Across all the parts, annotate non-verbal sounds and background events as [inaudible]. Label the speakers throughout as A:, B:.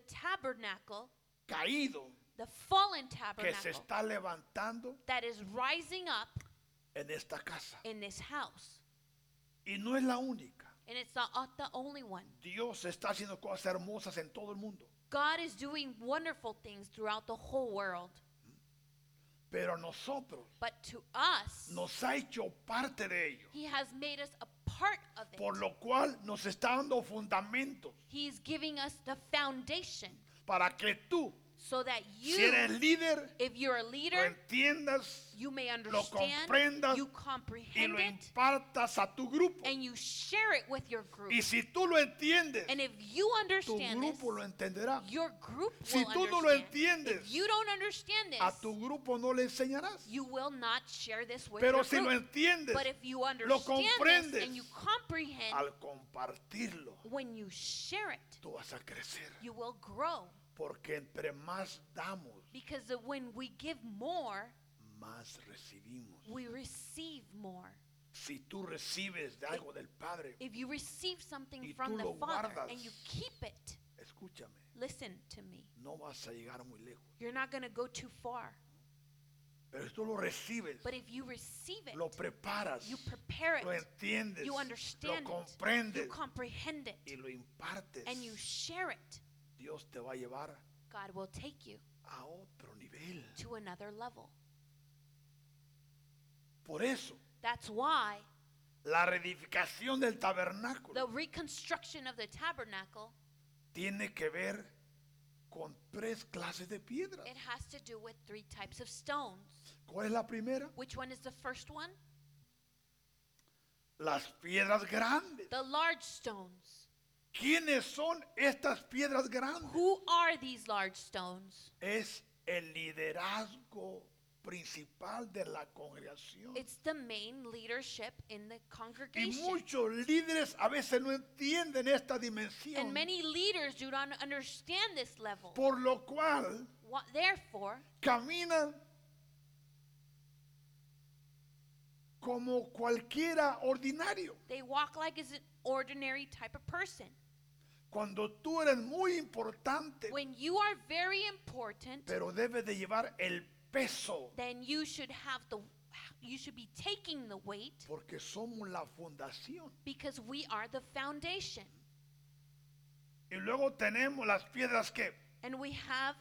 A: tabernacle,
B: caído
A: the fallen
B: que se
A: tabernacle,
B: está levantando
A: that is rising up
B: en esta casa.
A: in this house.
B: Y no es la única.
A: And it's not uh, the only one.
B: Dios está haciendo cosas hermosas en todo el mundo.
A: God is doing wonderful things throughout the whole world.
B: Pero a nosotros
A: But to us,
B: nos ha hecho parte de ello.
A: He has made us a part of it.
B: Por lo cual nos está dando fundamentos
A: He's giving us the foundation
B: para que tú,
A: so that you,
B: si eres líder,
A: if you're a
B: lo
A: leader,
B: entiendas
A: you may understand,
B: comprendas
A: you
B: y
A: comprehend
B: lo
A: it,
B: impartas a tu grupo.
A: and you share it with your group.
B: Y si tú lo entiendes,
A: And if you
B: tu
A: understand this,
B: grupo lo entenderá.
A: your group
B: Si
A: will
B: tú no lo
A: understand.
B: entiendes,
A: if you don't understand this,
B: A tu grupo no le enseñarás.
A: you will not share this with
B: Pero
A: your
B: si lo
A: group.
B: entiendes,
A: But if you understand
B: comprendes,
A: this and you comprehend,
B: al compartirlo,
A: when you share it,
B: tú vas a crecer.
A: you will grow.
B: Porque entre más damos,
A: Because the- when we give more,
B: más recibimos.
A: we receive more.
B: Si tú recibes de algo del Padre,
A: If you receive something
B: Y
A: from
B: tú
A: the
B: lo
A: Father and
B: guardas.
A: you keep it,
B: escúchame,
A: listen to me.
B: no vas a llegar muy lejos.
A: You're not going to go too far.
B: Pero si tú lo recibes,
A: But if you receive it,
B: lo preparas,
A: you prepare
B: lo
A: it,
B: entiendes,
A: you
B: lo
A: understand it, you
B: comprendes
A: comprehend
B: y
A: it,
B: lo impartes,
A: and you share it,
B: Dios te va a llevar
A: God will take you
B: a otro nivel.
A: to another level.
B: Por eso,
A: That's why
B: la reedificación del tabernáculo
A: the reconstruction of the tabernacle,
B: tiene que ver con tres clases de piedras.
A: it has to do with three types of stones.
B: ¿Cuál es la primera?
A: Which one is the first one?
B: Las piedras grandes.
A: The large stones.
B: ¿Quiénes son estas piedras grandes?
A: Who are these large stones?
B: Es el liderazgo principal de la congregación.
A: It's the main leadership in the
B: Y
A: congregation.
B: muchos líderes a veces no entienden esta
A: And
B: dimensión.
A: many leaders do not understand this level.
B: Por lo cual
A: Wha- Therefore,
B: caminan como cualquiera ordinario.
A: they walk like as an ordinary type of person.
B: Cuando tú eres muy importante,
A: When you are very important,
B: pero debes de llevar el peso
A: then you should have the you should be taking the weight
B: porque somos la fundación.
A: because we are the foundation.
B: Y luego tenemos las piedras que
A: And we have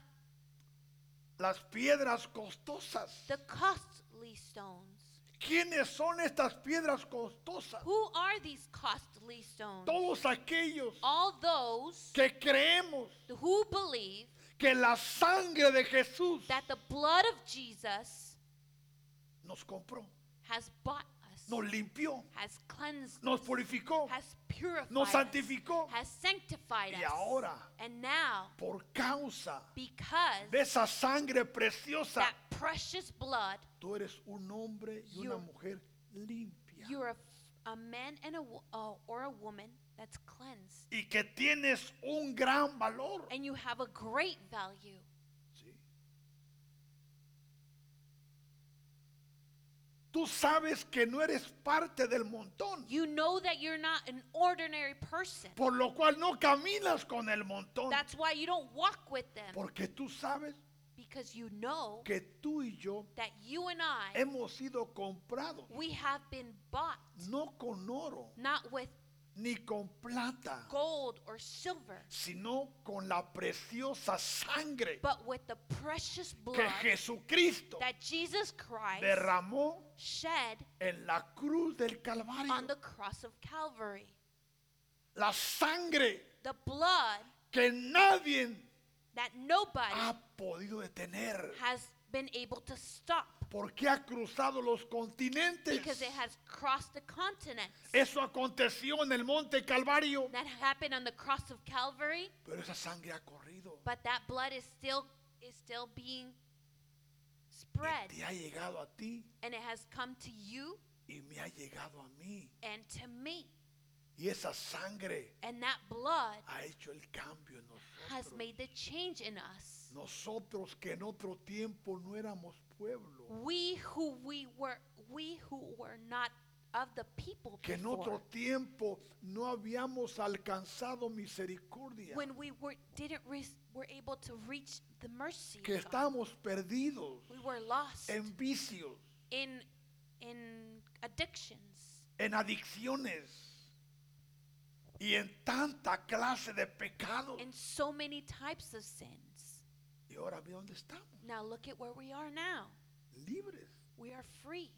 B: las piedras costosas.
A: the costly stones.
B: ¿Quiénes son estas piedras costosas?
A: Who are these costly stones?
B: Todos aquellos
A: All those
B: que creemos
A: who believe
B: que la sangre de Jesús
A: that the blood of Jesus
B: nos compró,
A: has bought us,
B: nos limpió,
A: has cleansed
B: nos
A: us,
B: purificó,
A: has purified
B: nos
A: us,
B: santificó.
A: has sanctified
B: Y
A: us.
B: ahora,
A: and now,
B: Por causa
A: because
B: de esa sangre preciosa,
A: that precious blood,
B: tú eres un hombre y una
A: You're-
B: mujer limpia.
A: you're a, f- a man and a wo- uh, or a woman that's cleansed,
B: y que tienes un gran valor.
A: and you have a great value.
B: Sí. Tú sabes que no eres parte del montón,
A: You know that you're not an ordinary person.
B: por lo cual no caminas con el montón,
A: That's why you don't walk with them
B: porque tú sabes
A: because you know
B: que tú y yo
A: that you and I
B: hemos sido comprados,
A: we have been bought
B: no con oro
A: not with
B: ni con plata,
A: gold or silver,
B: sino con la preciosa sangre
A: but with the precious
B: que
A: blood
B: Jesucristo
A: that Jesus Christ
B: derramó
A: shed
B: en la cruz del
A: on
B: Calvario.
A: the cross of Calvary.
B: La sangre
A: The blood
B: que nadie
A: that nobody
B: ha podido detener
A: has been able to stop
B: porque ha cruzado los continentes.
A: because it has crossed the continents.
B: Eso aconteció en el monte Calvario,
A: That happened on the cross of Calvary,
B: pero esa sangre ha corrido
A: but that blood is still is still being
B: y
A: spread
B: te ha llegado a ti
A: and it has come to you
B: y me ha llegado a mí.
A: and to me.
B: Y esa sangre
A: And that blood
B: ha hecho el cambio en
A: has
B: nosotros.
A: made the change in us.
B: Nosotros que en otro tiempo no éramos pueblo,
A: We who we were we who were not of the people
B: que en
A: before,
B: otro tiempo no habíamos alcanzado misericordia,
A: when we were, didn't re- were able to reach the mercy
B: que
A: of God.
B: estamos perdidos
A: we were lost
B: en vicios,
A: in in addictions
B: en adicciones y en tanta clase de pecados.
A: in so many types of sins
B: Y ahora ve dónde estamos,
A: now look at where we are now
B: libres
A: we are free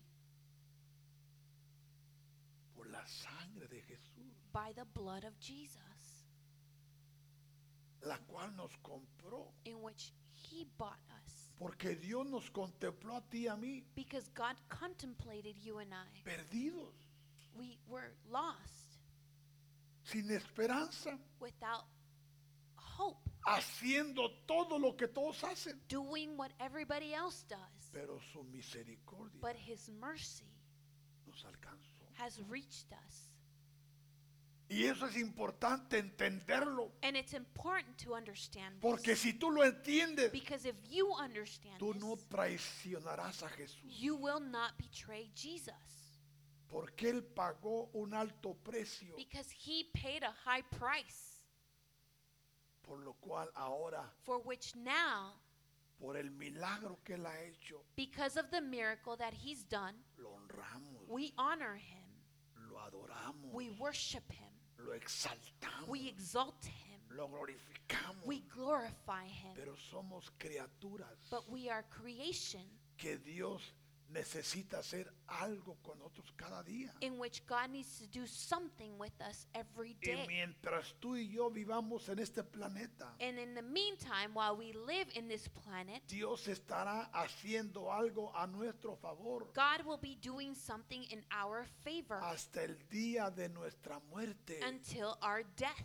B: por la sangre de Jesús,
A: by the blood of jesus
B: la cual nos compró.
A: in which he bought us
B: Porque Dios nos contempló a ti y a mí,
A: because god contemplated you and i
B: perdidos,
A: we were lost
B: sin esperanza,
A: without hope
B: haciendo todo lo que todos hacen.
A: doing what everybody else does
B: Pero su misericordia
A: but his mercy
B: nos alcanzó.
A: has reached us
B: Y eso es importante entenderlo.
A: and it's important to understand
B: Porque
A: this
B: si tú lo entiendes,
A: because if you understand
B: tú
A: this,
B: no traicionarás a Jesús.
A: you will not betray Jesus
B: Porque Él pagó un alto precio,
A: because he paid a high price
B: por lo cual ahora,
A: for which now,
B: por el milagro que Él ha hecho,
A: because of the miracle that he's done,
B: lo honramos,
A: we honor him,
B: lo adoramos,
A: we worship him,
B: lo exaltamos,
A: we exalt him,
B: lo glorificamos.
A: we glorify him.
B: Pero somos criaturas
A: But we are creation
B: que Dios necesita hacer algo con nosotros cada día.
A: in which God needs to do something with us every
B: Y
A: day.
B: mientras tú y yo vivamos en este planeta,
A: And in the meantime, while we live in this planet,
B: Dios estará haciendo algo a nuestro favor
A: God will be doing something in our favor
B: hasta el día de nuestra muerte.
A: until our death.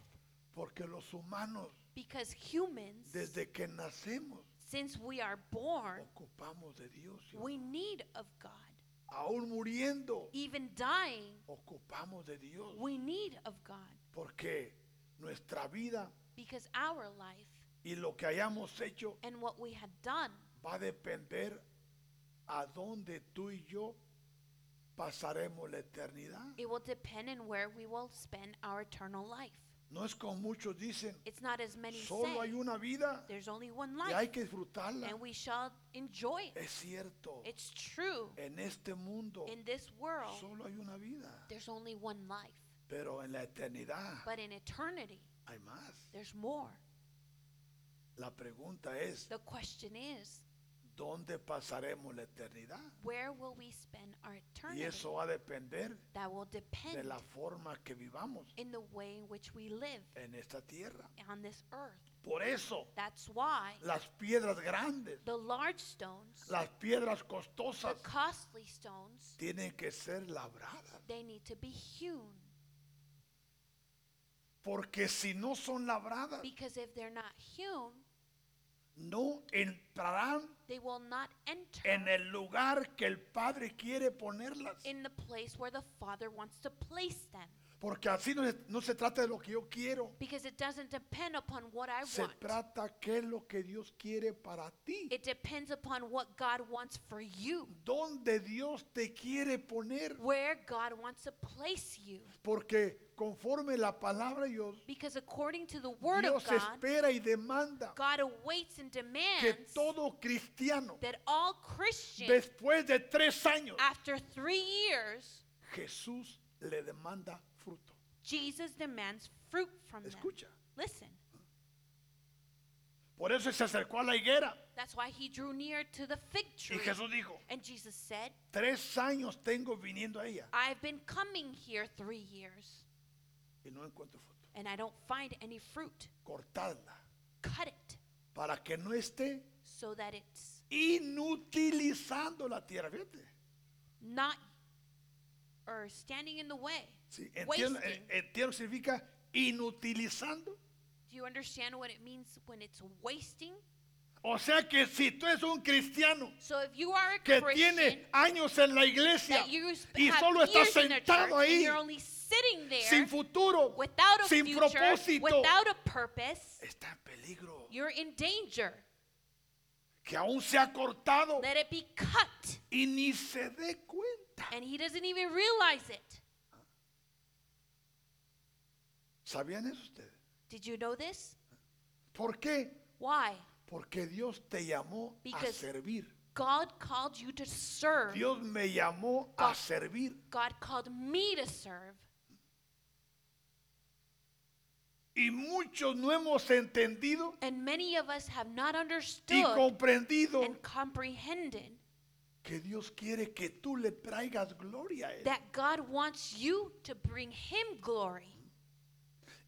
B: Porque los humanos,
A: Because humans,
B: desde que nacemos,
A: since we are born,
B: ocupamos de Dios. ¿sí o
A: we
B: no?
A: need of God.
B: Aún muriendo,
A: Even dying,
B: ocupamos de Dios.
A: we need of God.
B: Porque nuestra vida
A: Because our life
B: y lo que hayamos hecho
A: and what we had done
B: va a depender a dónde tú y yo pasaremos la eternidad.
A: it will depend on where we will spend our eternal life.
B: No es como muchos dicen,
A: It's not as many
B: solo hay
A: say
B: una vida
A: there's only one
B: y hay
A: life
B: que disfrutarla.
A: and we shall enjoy it.
B: Es cierto,
A: It's true.
B: en este mundo
A: In this world,
B: solo hay una vida,
A: there's only one life.
B: pero en la eternidad
A: But in eternity,
B: hay más.
A: there's more.
B: La pregunta es,
A: The question is,
B: ¿dónde pasaremos la eternidad?
A: where will we spend our
B: Y
A: eternity?
B: eso va a depender
A: That will
B: de
A: depend
B: la forma que vivamos
A: in the way in which we live
B: en esta tierra.
A: on this earth.
B: Por eso,
A: That's why
B: las piedras grandes
A: the large stones,
B: Las piedras
A: the
B: costosas
A: costly stones,
B: tienen que ser labradas,
A: they need to be hewn.
B: porque si no son labradas,
A: Because if they're not hewn,
B: no entrarán
A: they will not
B: en
A: enter
B: el lugar que el Padre quiere ponerlas,
A: in the place where the Father wants to place them.
B: porque así no, es- no se trata de lo que yo quiero,
A: Because it doesn't depend upon what I
B: se
A: want,
B: trata qué es lo que Dios quiere para ti,
A: it depends upon what God wants for you,
B: dónde Dios te quiere poner,
A: where God wants to place you.
B: porque conforme la palabra de Dios,
A: Because according to the Word of
B: Dios
A: God,
B: espera y demanda
A: God awaits and
B: que
A: demands
B: todo cristiano,
A: that Ah. all Christians,
B: después de tres años,
A: after three years,
B: Jesús le demanda fruto.
A: Jesus demands fruit from them.
B: Escucha.
A: Listen,
B: Por eso se acercó a la higuera
A: that's why he drew near to the fig
B: y
A: tree.
B: Jesús dijo,
A: And Jesus said,
B: tres años tengo viniendo a ella
A: I've been coming here three years,
B: y no encuentro fruto.
A: and I don't find any fruit.
B: Cortadla
A: Cut it
B: para que no esté
A: so that it's
B: inutilizando la tierra. Fíjate.
A: not or standing in the way.
B: Sí, entiendo,
A: wasting.
B: eh, entiendo significa inutilizando.
A: Do you understand what it means when it's wasting?
B: O sea que si tú eres un cristiano
A: So if you are a
B: que
A: Christian,
B: tiene años en la iglesia
A: that you sp-
B: y
A: have
B: solo estás
A: years in the church
B: sentado
A: and
B: ahí
A: you're only sitting there
B: sin futuro,
A: without a
B: sin
A: future,
B: propósito,
A: without a purpose,
B: está en peligro.
A: you're in danger.
B: Que aún se ha cortado
A: Let it be cut
B: y ni se dé cuenta.
A: and he doesn't even realize it.
B: ¿Sabían eso ustedes?
A: Did you know this?
B: ¿Por qué?
A: Why?
B: Porque Dios te llamó a
A: Because-
B: servir.
A: God called you to serve.
B: Dios me llamó a
A: God-
B: servir.
A: God called me to serve.
B: Y muchos no hemos entendido
A: And many of us have not
B: y
A: understood
B: comprendido
A: and comprehended
B: que Dios quiere que tú le traigas gloria a Él.
A: that God wants you to bring him glory.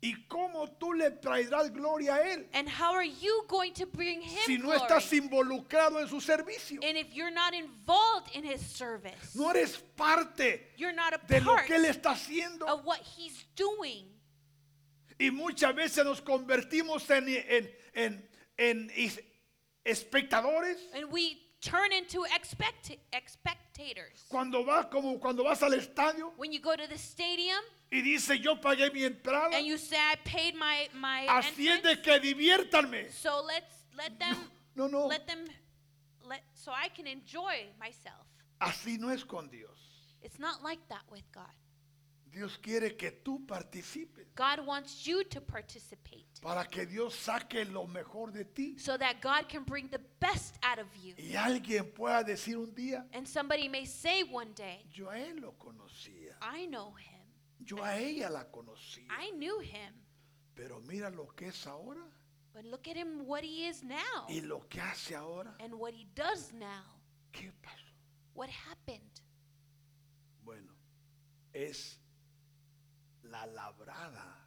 B: ¿Y cómo tú le traerás gloria a Él
A: And how are you going to bring him
B: si no
A: glory?
B: estás involucrado en su servicio?
A: and if you're not involved in his service,
B: No eres parte
A: you're not a
B: de lo
A: part
B: que Él está haciendo.
A: of what he's doing.
B: Y muchas veces nos convertimos en, en- en- en is- espectadores.
A: And we turn into expect- expectators.
B: Cuando vas, como cuando vas al estadio
A: When you go to the stadium
B: y dices, yo pagué mi entrada,
A: and you say, I paid my, my
B: así es de
A: entrance,
B: que diviértanme.
A: so let's let them,
B: No, no,
A: let them, let, so I can enjoy myself.
B: así no es con Dios.
A: It's not like that with God.
B: Dios quiere que tú participes
A: God wants you to participate
B: para que Dios saque lo mejor de ti.
A: so that God can bring the best out of you.
B: Y alguien pueda decir un día,
A: And somebody may say one day,
B: yo a él lo conocía,
A: I know him.
B: yo a ella la conocía,
A: I knew him.
B: pero mira lo que es ahora
A: But look at him, what he is now,
B: y lo que hace ahora.
A: and what he does now.
B: ¿Qué pasó?
A: What happened?
B: Bueno, es la labrada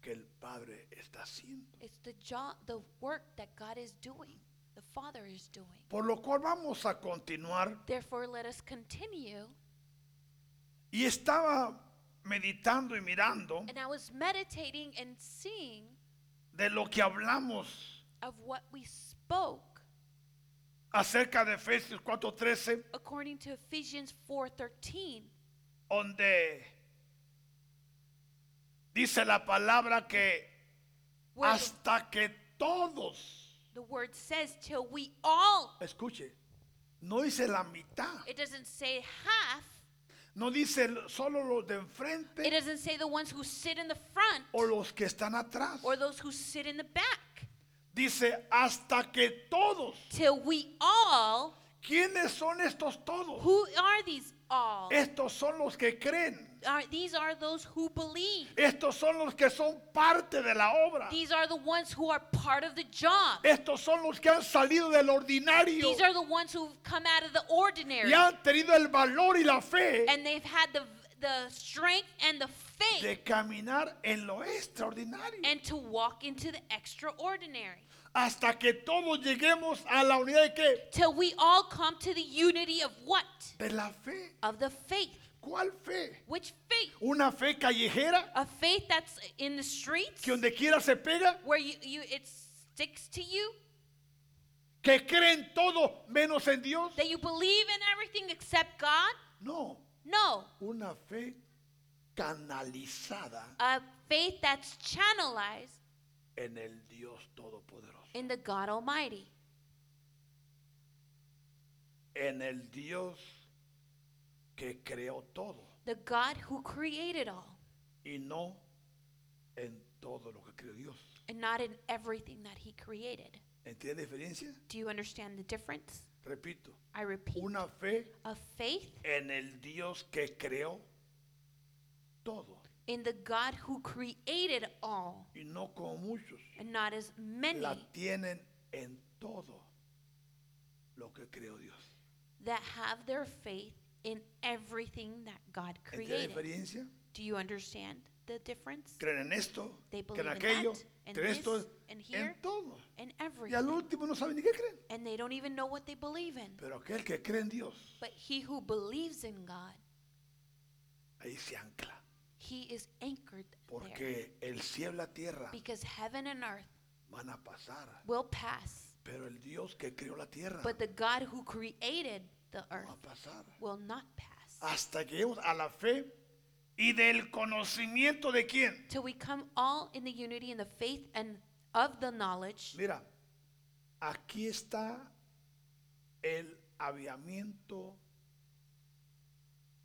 B: que el Padre está haciendo.
A: It's the job, the work that God is doing, the Father is doing.
B: Por lo cual vamos a continuar.
A: Therefore, let us continue.
B: Y estaba meditando y mirando
A: And I was meditating and seeing
B: de lo que hablamos
A: of what we spoke
B: acerca de Efesios 4:13,
A: according to Ephesians 4:13.
B: donde dice la palabra que
A: where the-
B: hasta que todos,
A: The word says till we all.
B: escuche, no dice la mitad,
A: It doesn't say half.
B: no dice l- solo los de enfrente,
A: It doesn't say the ones who sit in the front
B: o los que están atrás.
A: or those who sit in the back.
B: Dice, hasta que todos.
A: Till we all.
B: ¿Quiénes son estos todos?
A: Who are these all?
B: Estos son los que creen.
A: Are, these are those who believe.
B: Estos son los que son parte de la obra.
A: These are the ones who are part of the job.
B: Estos son los que han salido del ordinario
A: These are the ones who've come out of the ordinary.
B: y han tenido el valor y la fe
A: And they've had the, the strength and the faith
B: de caminar en lo extraordinario.
A: and to walk into the extraordinary.
B: Hasta que todos lleguemos a la unidad de qué?
A: Till we all come to the unity of what?
B: De la fe.
A: Of the faith.
B: ¿Cuál fe?
A: Which faith?
B: Una fe callejera
A: A faith that's in the streets,
B: que donde quiera se pega,
A: where you, you it sticks to you,
B: que cree en todo menos en Dios.
A: that you believe in everything except God?
B: No,
A: No.
B: una fe canalizada
A: A faith that's channelized
B: en el Dios Todopoderoso,
A: in the God Almighty,
B: en el Dios que creó todo
A: the God who created all,
B: y no en todo lo que creó Dios.
A: and not in everything that he created.
B: ¿Entiende la diferencia?
A: Do you understand the difference?
B: Repito,
A: I repeat.
B: una fe
A: A faith
B: en el Dios que creó todo
A: in the God who created all,
B: y no como muchos
A: and not as many
B: la tienen en todo lo que creó Dios.
A: that have their faith in everything that God
B: ¿Entiende la
A: created.
B: diferencia?
A: Do you understand the difference?
B: creen en esto,
A: They
B: creen en
A: believe in
B: aquello,
A: that, and
B: creen esto,
A: this, and here.
B: en todo.
A: In
B: Y al
A: everything.
B: último no saben ni qué creen.
A: And they don't even know what they believe in.
B: Pero aquel que cree en Dios,
A: But he who believes in God,
B: ahí se ancla.
A: he is anchored there.
B: Porque el cielo y la tierra
A: Because heaven and earth
B: van a pasar.
A: will pass,
B: Pero el Dios que creó la tierra
A: but the God who created the
B: no va
A: earth
B: a pasar.
A: will not pass.
B: Hasta que lleguemos a la fe y del conocimiento de quién.
A: Till we come all in the unity and the faith and of the knowledge.
B: Mira, aquí está el aviamiento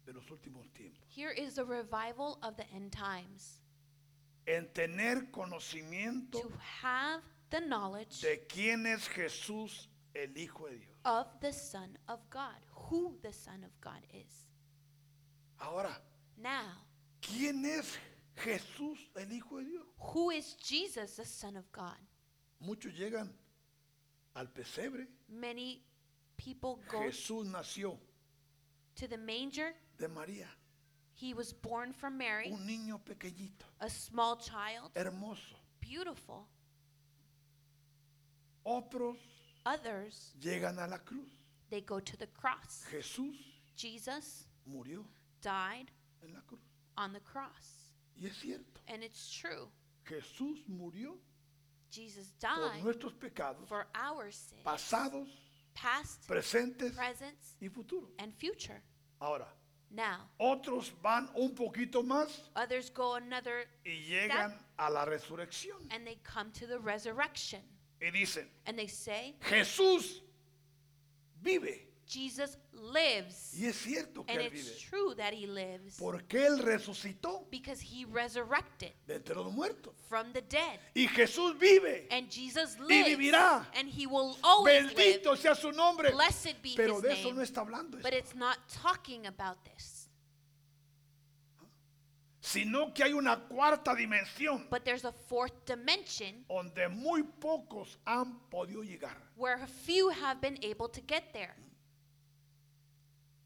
B: de los últimos tiempos.
A: Here is the revival of the end times
B: En tener conocimiento
A: to have the knowledge
B: de quién es Jesús, el Hijo de Dios.
A: of the Son of God, who the Son of God is.
B: Ahora,
A: Now,
B: ¿quién es Jesús, el Hijo de Dios?
A: who is Jesus, the Son of God?
B: Muchos llegan al pesebre.
A: Many people go
B: Jesús nació
A: to the manger.
B: de María,
A: He was born from Mary,
B: un niño pequeñito,
A: a small child,
B: hermoso.
A: beautiful.
B: Otros
A: Others,
B: llegan a la cruz.
A: they go to the cross.
B: Jesús
A: Jesus
B: murió
A: died
B: en la cruz.
A: on the cross.
B: Y es cierto,
A: And it's true.
B: Jesús murió
A: Jesus
B: por
A: died
B: nuestros pecados,
A: for our sins,
B: pasados,
A: past,
B: presentes
A: presence,
B: y futuros.
A: and future.
B: Ahora,
A: Now,
B: otros van un poquito más
A: others go another
B: y llegan a la resurrección
A: and they come to the resurrection
B: y dicen,
A: and they say,
B: Jesús vive.
A: Jesus lives.
B: Y es cierto que
A: And
B: Él
A: it's
B: vive.
A: true that he lives
B: Porque Él resucitó
A: because he resurrected
B: de entre los muertos.
A: from the dead.
B: Y Jesús vive.
A: And Jesus lives
B: vivirá.
A: and he will always live.
B: Bendito sea su nombre.
A: Blessed be
B: Pero
A: his
B: de eso
A: name.
B: no está hablando.
A: But it's not talking about this.
B: Sino que hay una cuarta dimensión
A: But there's a fourth dimension
B: donde muy pocos han podido llegar.
A: where few have been able to get there.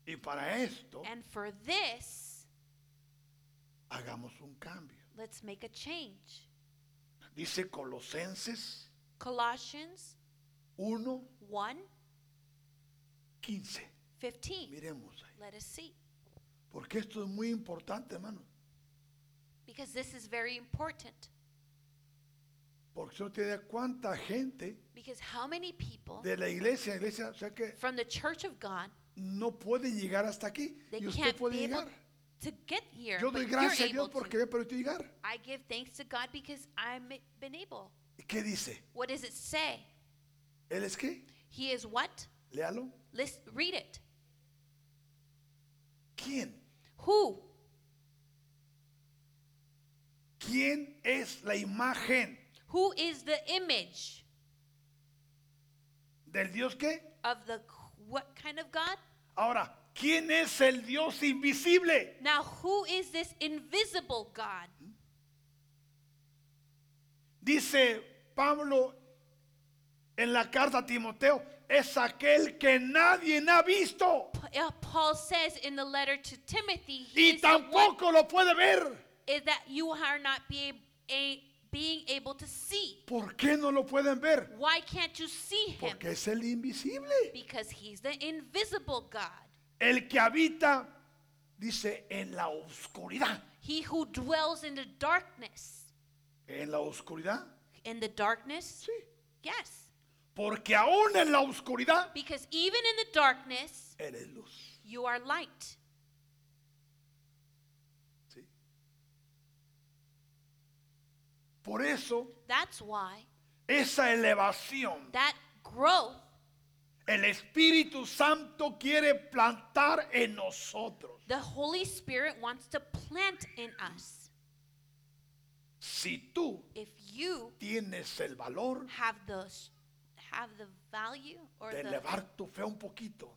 B: Y para esto
A: And for this,
B: hagamos un cambio.
A: let's make a change.
B: Dice Colosenses
A: Colossians
B: 1.15
A: 1 15.
B: Miremos ahí.
A: Let us see.
B: Porque esto es muy importante, hermano.
A: Because this is very important.
B: Porque si te da cuánta gente
A: Because how many people
B: de la iglesia, iglesia, o sea que
A: from the church of God
B: no puede llegar hasta aquí.
A: they
B: Y usted
A: can't
B: puede
A: be able
B: llegar.
A: to get here?
B: Yo doy
A: but you're
B: gracias a Dios
A: able
B: porque
A: to.
B: me permitió llegar.
A: I give thanks to God because I've been able.
B: ¿Y ¿Qué dice?
A: What does it say?
B: ¿Él es qué?
A: He is what?
B: Léalo.
A: Let's read it.
B: ¿Quién?
A: Who?
B: ¿Quién es la imagen
A: Who is the image
B: del Dios qué?
A: of the what kind of God?
B: Ahora, ¿quién es el Dios invisible?
A: Now, who is this invisible God?
B: Dice Pablo en la carta a Timoteo, es aquel que nadie ha visto
A: P- uh, Paul says in the letter to Timothy, he
B: y
A: is the one
B: tampoco lo puede ver.
A: is that you are not be, a, being able to see.
B: ¿Por qué no lo pueden ver?
A: Why can't you see him?
B: Porque es el invisible,
A: Because he's the invisible God.
B: el que habita, dice, en la oscuridad.
A: He who dwells in the darkness.
B: ¿En la oscuridad?
A: In the darkness?
B: Sí.
A: Yes.
B: Porque aún en la oscuridad,
A: Because even in the darkness,
B: eres luz.
A: you are light.
B: ¿sí? Por eso,
A: That's why
B: esa elevación,
A: that growth
B: el Espíritu Santo quiere plantar en nosotros.
A: the Holy Spirit wants to plant in us.
B: Si tú
A: If you
B: tienes el valor
A: have the s- have the value or
B: de
A: the,
B: elevar tu fe un poquito,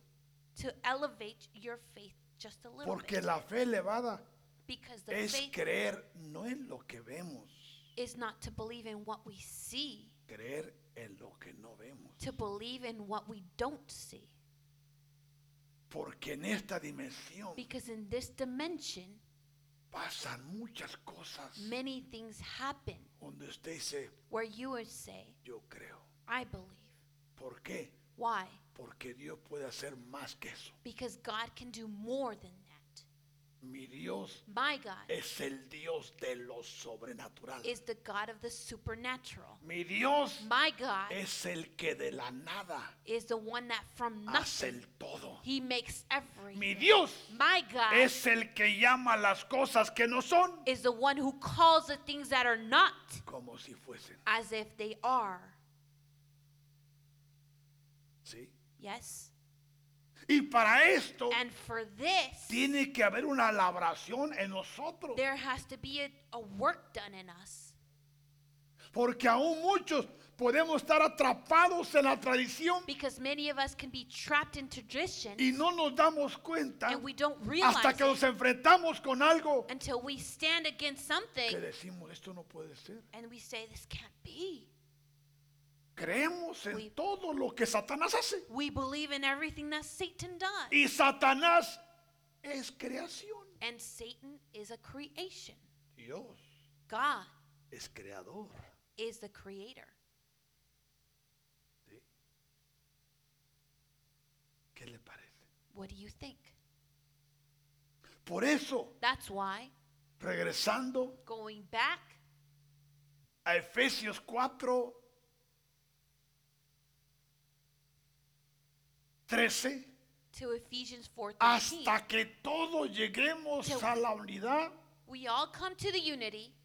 A: to elevate your faith just a little bit.
B: porque la fe elevada
A: Because the
B: es
A: faith
B: creer no en lo que vemos,
A: is not to believe in what we see,
B: creer en lo que no vemos.
A: to believe in what we don't see.
B: Porque en esta dimensión
A: Because in this dimension,
B: pasan muchas cosas
A: many things happen
B: donde usted dice,
A: where you would say,
B: yo creo.
A: I believe.
B: ¿Por qué?
A: Why?
B: Porque Dios puede hacer más que eso.
A: Because God can do more than that.
B: Mi Dios
A: My God
B: es el Dios de lo sobrenatural.
A: is the God of the supernatural.
B: Mi Dios
A: My God
B: es el que de la nada
A: is the one that from
B: hace el
A: nothing,
B: todo.
A: He makes
B: Mi
A: everything.
B: Dios
A: My God
B: es el que llama las cosas que no son
A: is the one who calls the things that are not
B: como si fuesen.
A: as if they are.
B: ¿sí?
A: Yes?
B: Y para esto
A: And for this,
B: tiene que haber una labración en nosotros.
A: there has to be a, a work done in us.
B: Porque aún muchos podemos estar atrapados en la tradición
A: Because many of us can be trapped in tradition
B: y no nos damos cuenta
A: and we don't realize
B: hasta que
A: it
B: nos enfrentamos con algo
A: until we stand against something
B: que decimos, esto no puede ser.
A: and we say, This can't be.
B: Creemos
A: We-
B: en todo lo que Satanás hace.
A: We believe in everything that Satan does.
B: Y Satanás es creación.
A: And Satan is a creation.
B: Dios
A: God
B: es creador.
A: is the creator.
B: ¿Qué le parece?
A: What do you think?
B: Por eso,
A: That's why,
B: regresando
A: going back
B: a Efesios 4, 13,
A: to Ephesians 4:13,
B: hasta que todos lleguemos
A: Till-
B: a la unidad
A: we all come to the unity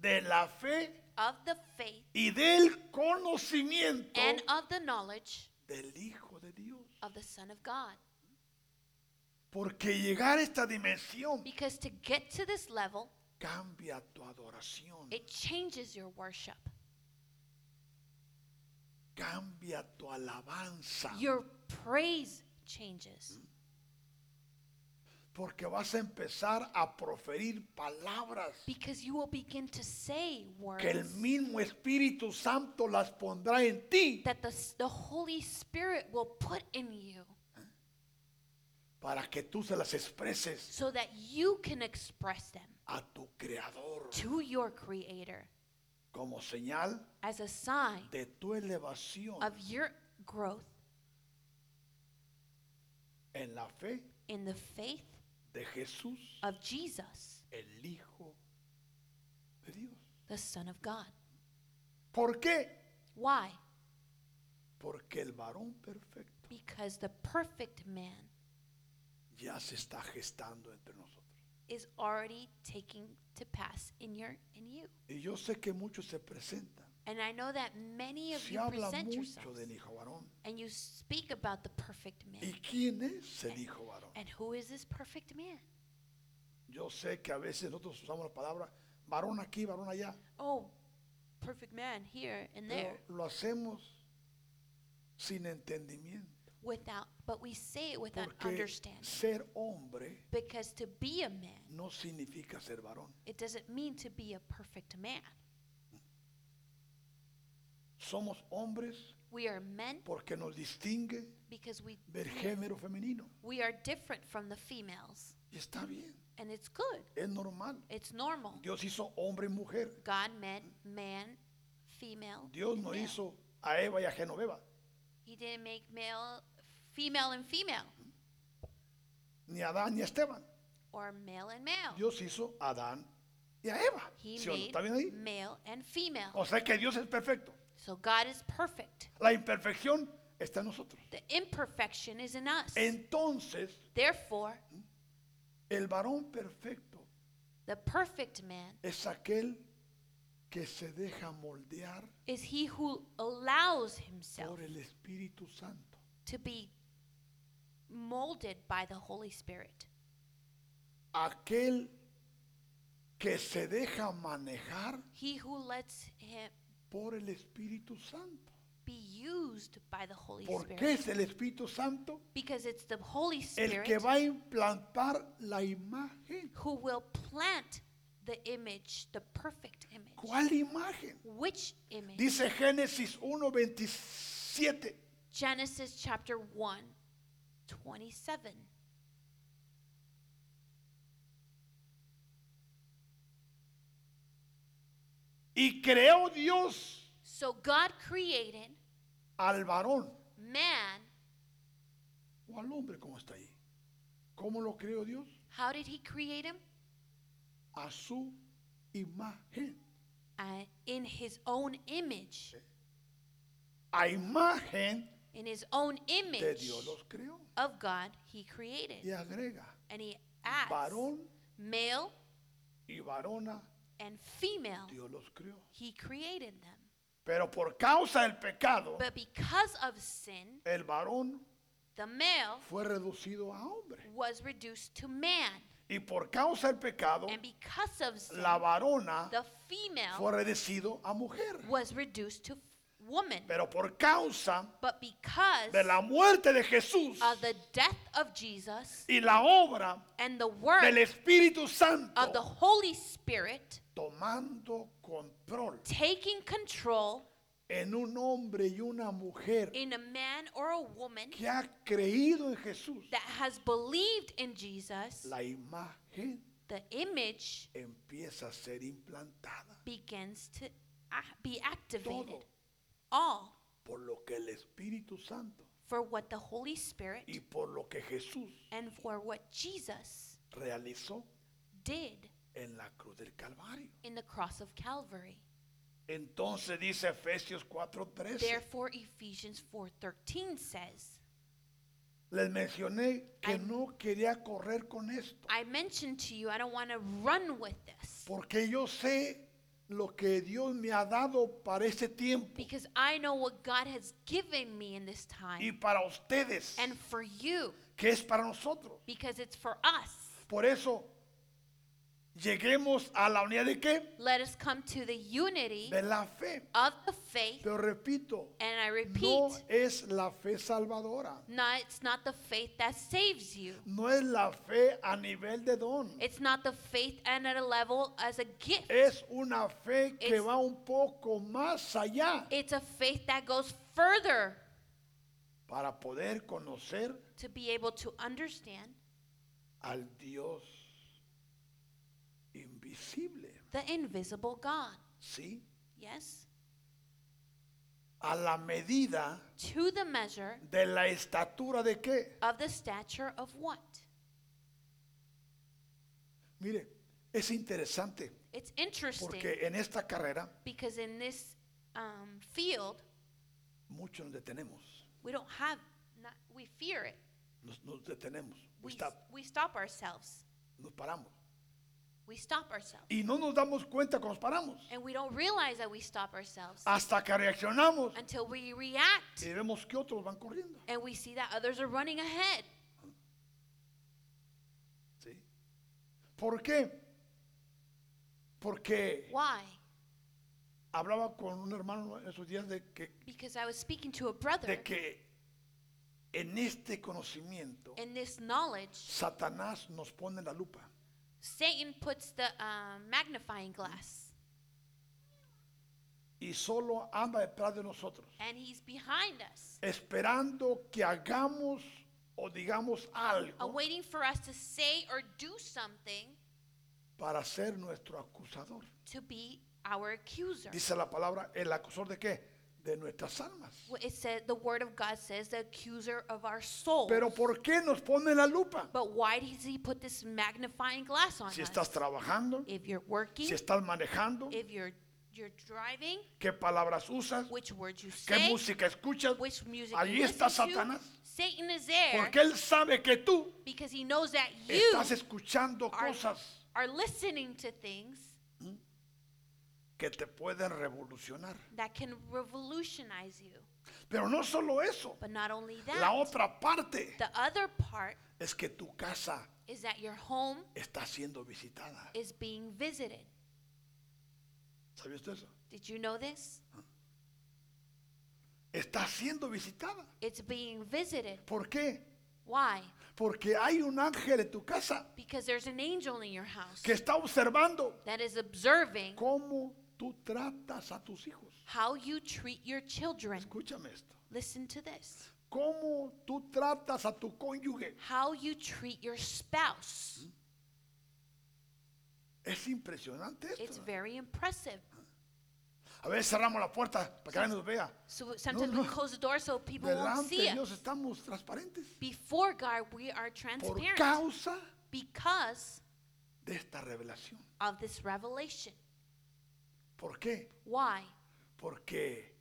B: de la fe
A: of the faith
B: y del conocimiento
A: and of the knowledge
B: del Hijo de Dios.
A: of the Son of God.
B: Porque llegar a esta dimensión
A: Because to get to this level,
B: cambia tu adoración,
A: it changes your worship,
B: cambia tu alabanza,
A: your praise changes.
B: porque vas a empezar a proferir palabras
A: Because you will begin to say words
B: que el mismo Espíritu Santo las pondrá en ti
A: that the, s- the Holy Spirit will put in you
B: para que tú se las expreses
A: so that you can express them
B: a tu Creador
A: to your Creator
B: como señal
A: as a sign
B: de tu elevación
A: of your growth
B: en la fe
A: in the faith
B: de Jesús,
A: of Jesus,
B: el Hijo de Dios.
A: the Son of God.
B: ¿Por qué?
A: Why?
B: Porque el varón perfecto
A: Because the perfect man
B: ya se está gestando entre nosotros.
A: is already taking to pass in your in you.
B: Y yo sé que muchos se presentan.
A: And I know that many of
B: Se
A: you
B: habla
A: present
B: mucho
A: yourselves
B: del hijo varón.
A: and you speak about the perfect
B: ¿Y
A: man.
B: quién es el hijo varón?
A: And who is this perfect man?
B: Yo sé que a veces nosotros usamos la palabra varón aquí, varón allá,
A: Oh, perfect man here and there.
B: pero lo hacemos sin entendimiento.
A: Without, but we say it without
B: Porque
A: understanding.
B: ser hombre
A: Because to be a man,
B: no significa ser varón.
A: it doesn't mean to be a perfect man.
B: Somos hombres
A: We are men
B: porque nos distingue
A: because we
B: del género femenino.
A: we are different from the females,
B: Y está bien,
A: and it's good.
B: es normal.
A: It's normal.
B: Dios hizo hombre y mujer.
A: God meant man, female.
B: Dios
A: and
B: no
A: male.
B: hizo a Eva y a Genoveva,
A: He didn't make male, female and female,
B: ni a Adán ni a Esteban.
A: or male and male.
B: Dios hizo a Adán y a Eva.
A: he
B: ¿Sí o no?
A: made
B: ¿Está bien ahí? Oh.
A: male and female.
B: O sea que Dios es perfecto.
A: So God is perfect.
B: La imperfección está en nosotros.
A: The imperfection is in us.
B: Entonces,
A: Therefore,
B: el varón perfecto
A: the perfect man
B: es aquel que se deja moldear
A: is he who allows himself
B: por el Espíritu Santo.
A: to be molded by the Holy Spirit.
B: Aquel que se deja manejar
A: He who lets him
B: por el Espíritu Santo.
A: be used by the Holy
B: ¿Por qué
A: Spirit.
B: es el Espíritu Santo?
A: Because it's the Holy
B: El que
A: Spirit
B: va a implantar la imagen.
A: who will plant the image, the perfect image.
B: ¿Cuál imagen?
A: Which image?
B: Dice Génesis 1:27.
A: Genesis chapter 1, 27.
B: Y creó Dios
A: So God created
B: al varón
A: man.
B: o al hombre, como está ahí. ¿Cómo lo creó Dios?
A: How did he create him?
B: A su imagen.
A: Uh, in his own image.
B: A imagen
A: In his own
B: Eh, de
A: image
B: Dios los creó.
A: of God, he created.
B: Y agrega,
A: And he adds
B: varón
A: male
B: y varona,
A: and female,
B: Dios los creó.
A: he created them.
B: Pero por causa del pecado,
A: But because of sin,
B: el varón
A: the male
B: fue reducido a hombre.
A: was reduced to man.
B: Y por causa del pecado,
A: And because of sin,
B: la varona
A: the
B: fue
A: female
B: reducido a mujer.
A: was reduced to woman.
B: Pero por causa
A: But because
B: de la muerte de Jesús
A: of the death of Jesus
B: y la obra
A: and the
B: del
A: work
B: Espíritu
A: of the
B: Santo
A: Holy Spirit
B: tomando control
A: taking control
B: en un hombre y una mujer
A: in a man or a woman
B: que ha creído en Jesús,
A: that has believed in Jesus,
B: la imagen
A: the image
B: empieza a ser implantada.
A: begins to ac- be activated.
B: Todo
A: All
B: por lo que el Espíritu Santo
A: for what the Holy Spirit
B: y por lo que Jesús
A: and for what Jesus
B: realizó
A: did
B: en la cruz del Calvario.
A: in the cross of Calvary.
B: Entonces dice Efesios 4:13.
A: Therefore Ephesians 4:13 says,
B: Les mencioné que
A: Ay.
B: no quería correr con esto,
A: I mentioned to you I don't want to run with this
B: porque yo sé lo que Dios me ha dado para este tiempo
A: because I know what God has given me in this
B: y
A: time
B: para ustedes,
A: and for you
B: que es para nosotros.
A: because it's for us.
B: Por eso lleguemos a la unidad de qué?
A: Let us come to the unity
B: De la fe.
A: of the faith.
B: Pero repito,
A: And I
B: no
A: repeat,
B: es la fe salvadora.
A: no, it's not the faith that saves you.
B: No es la fe a nivel de don.
A: It's not the faith and at a level as a gift.
B: Es una fe que
A: Es-
B: va un poco más allá
A: It's a faith that goes further
B: para poder conocer
A: to be able to understand
B: al Dios invisible,
A: the invisible God.
B: ¿sí?
A: Yes?
B: A la medida
A: To the measure
B: de la estatura de qué?
A: of the stature of what?
B: Mire, es interesante
A: It's interesting
B: porque en esta carrera
A: because in this um, field,
B: muchos nos detenemos,
A: we don't have, not, we fear it.
B: nos, nos detenemos,
A: We,
B: está-
A: we stop ourselves.
B: nos paramos
A: We stop ourselves.
B: y no nos damos cuenta que nos paramos
A: And we don't realize that we stop ourselves
B: hasta que reaccionamos
A: until we
B: y
A: react
B: vemos que otros van corriendo.
A: and we see that others are running ahead.
B: ¿Sí? ¿Por qué? Porque
A: Why?
B: hablaba con un hermano en esos días de que,
A: Because I was speaking to a brother
B: de que en este conocimiento
A: and this knowledge,
B: Satanás nos pone la lupa.
A: Satan puts the um, magnifying glass
B: Y solo anda detrás de nosotros,
A: and he's behind us,
B: esperando que hagamos o digamos algo
A: awaiting for us to say or do something
B: para ser nuestro acusador.
A: to be our accuser.
B: Dice la palabra, ¿el acusor de qué? De nuestras almas.
A: What It said the word of God says the accuser of our soul.
B: Pero ¿por qué nos pone la lupa?
A: But why does he put this magnifying glass on
B: Si
A: us?
B: estás trabajando,
A: If you're working,
B: si estás manejando,
A: if you're you're driving,
B: qué palabras usas,
A: which words you
B: qué
A: say,
B: música escuchas.
A: which music
B: Allí
A: you
B: está
A: listen to.
B: Satanás.
A: Satan is there
B: Porque él sabe que tú
A: because he knows that you
B: estás escuchando
A: are,
B: cosas
A: are listening to things
B: que te pueden revolucionar.
A: that can revolutionize you.
B: Pero no solo eso,
A: But not only
B: la
A: that,
B: otra parte
A: the other part
B: es que tu casa
A: is that your home
B: está siendo visitada.
A: is being visited.
B: ¿Sabía usted eso?
A: Did you know this?
B: Está siendo visitada.
A: It's being visited.
B: ¿Por qué?
A: Why?
B: Porque hay un ángel en tu casa
A: Because there's an angel in your house
B: que está observando
A: that is observing
B: cómo tú tratas a tus hijos.
A: how you treat your children.
B: Escúchame esto.
A: Listen to this.
B: Cómo tú tratas a tu cónyuge.
A: How you treat your spouse.
B: Es impresionante esto.
A: It's
B: ¿no?
A: very impressive.
B: A veces cerramos la puerta para que nadie nos vea.
A: So sometimes
B: no.
A: we close the door so people
B: Delante
A: won't see
B: de
A: us.
B: Dios estamos transparentes.
A: Before God, we are
B: por
A: transparent
B: causa
A: because
B: de esta revelación.
A: of this revelation.
B: ¿Por qué?
A: Why?
B: Porque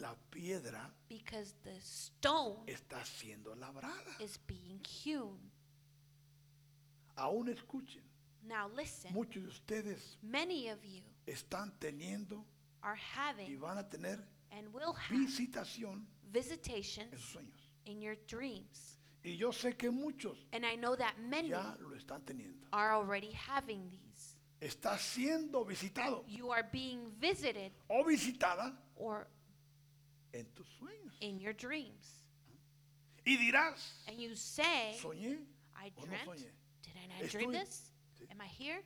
B: la piedra
A: Because the stone
B: está siendo labrada.
A: is being hewn.
B: Aún escuchen,
A: Now listen,
B: muchos de ustedes
A: many of you
B: están teniendo
A: are
B: y
A: having
B: van a tener
A: and will have
B: visitación
A: visitations
B: en sus sueños.
A: in your dreams.
B: Y yo sé que muchos
A: And I know that many
B: ya lo están teniendo.
A: are already having these.
B: Está siendo visitado
A: You are being visited
B: o visitada
A: or
B: en tus sueños.
A: in your dreams.
B: Y dirás,
A: And you say,
B: soñé.
A: I
B: o no
A: dreamt.
B: soñé.
A: Did I not dream
B: Estoy-
A: this? Am I here?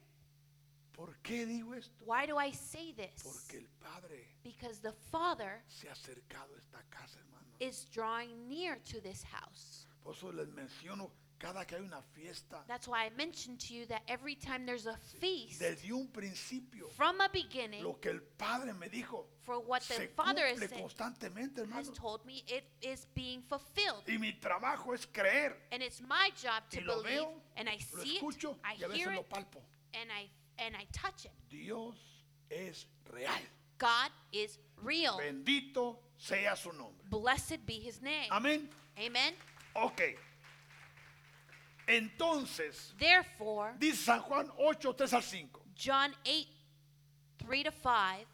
B: ¿Por qué digo esto?
A: Why do I say this?
B: Porque el Padre
A: Because the Father
B: se ha acercado a esta casa, hermano.
A: is drawing near to this house.
B: Por eso les menciono cada que hay una fiesta,
A: That's why I mentioned to you that every time there's a feast,
B: desde un principio,
A: from a beginning,
B: lo que el Padre me dijo
A: for what the
B: se
A: Father is
B: cumple constantemente,
A: has
B: hermano.
A: told me, it is being fulfilled.
B: Y mi trabajo es creer.
A: And it's my job to
B: Y lo
A: believe,
B: veo,
A: and I
B: lo
A: see it,
B: escucho
A: I
B: y a
A: hear
B: veces
A: it,
B: lo palpo.
A: and I and I touch it.
B: Dios es real.
A: God is real.
B: Bendito sea su nombre.
A: Blessed be His name.
B: Amén.
A: Amen.
B: Ok. Entonces,
A: Therefore,
B: dice San Juan 8, 3 al 5.
A: John 8, 3 to 5,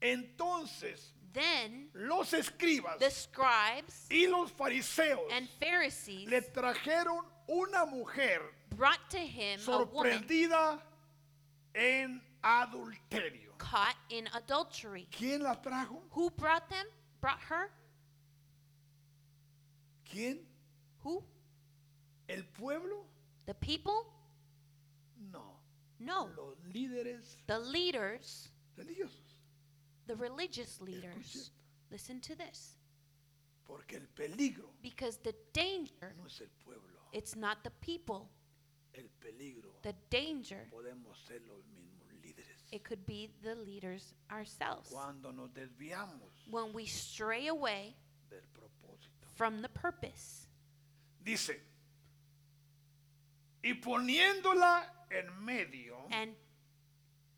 B: Entonces,
A: then
B: los escribas
A: the scribes
B: y los fariseos
A: and Pharisees
B: le trajeron una mujer
A: brought to him a woman
B: sorprendida en adulterio.
A: caught in adultery.
B: ¿Quién la trajo?
A: Who brought them? Brought her?
B: ¿Quién?
A: Who?
B: ¿El pueblo?
A: The people?
B: No.
A: No.
B: Los líderes
A: The leaders,
B: religiosos.
A: the religious leaders. Listen to this.
B: Porque el peligro
A: Because the danger,
B: no es el pueblo.
A: it's not the people.
B: El peligro
A: The danger,
B: podemos ser los mismos líderes.
A: it could be the leaders ourselves.
B: Cuando nos desviamos
A: When we stray away
B: del propósito.
A: from the purpose.
B: Dice, y poniéndola en medio,
A: And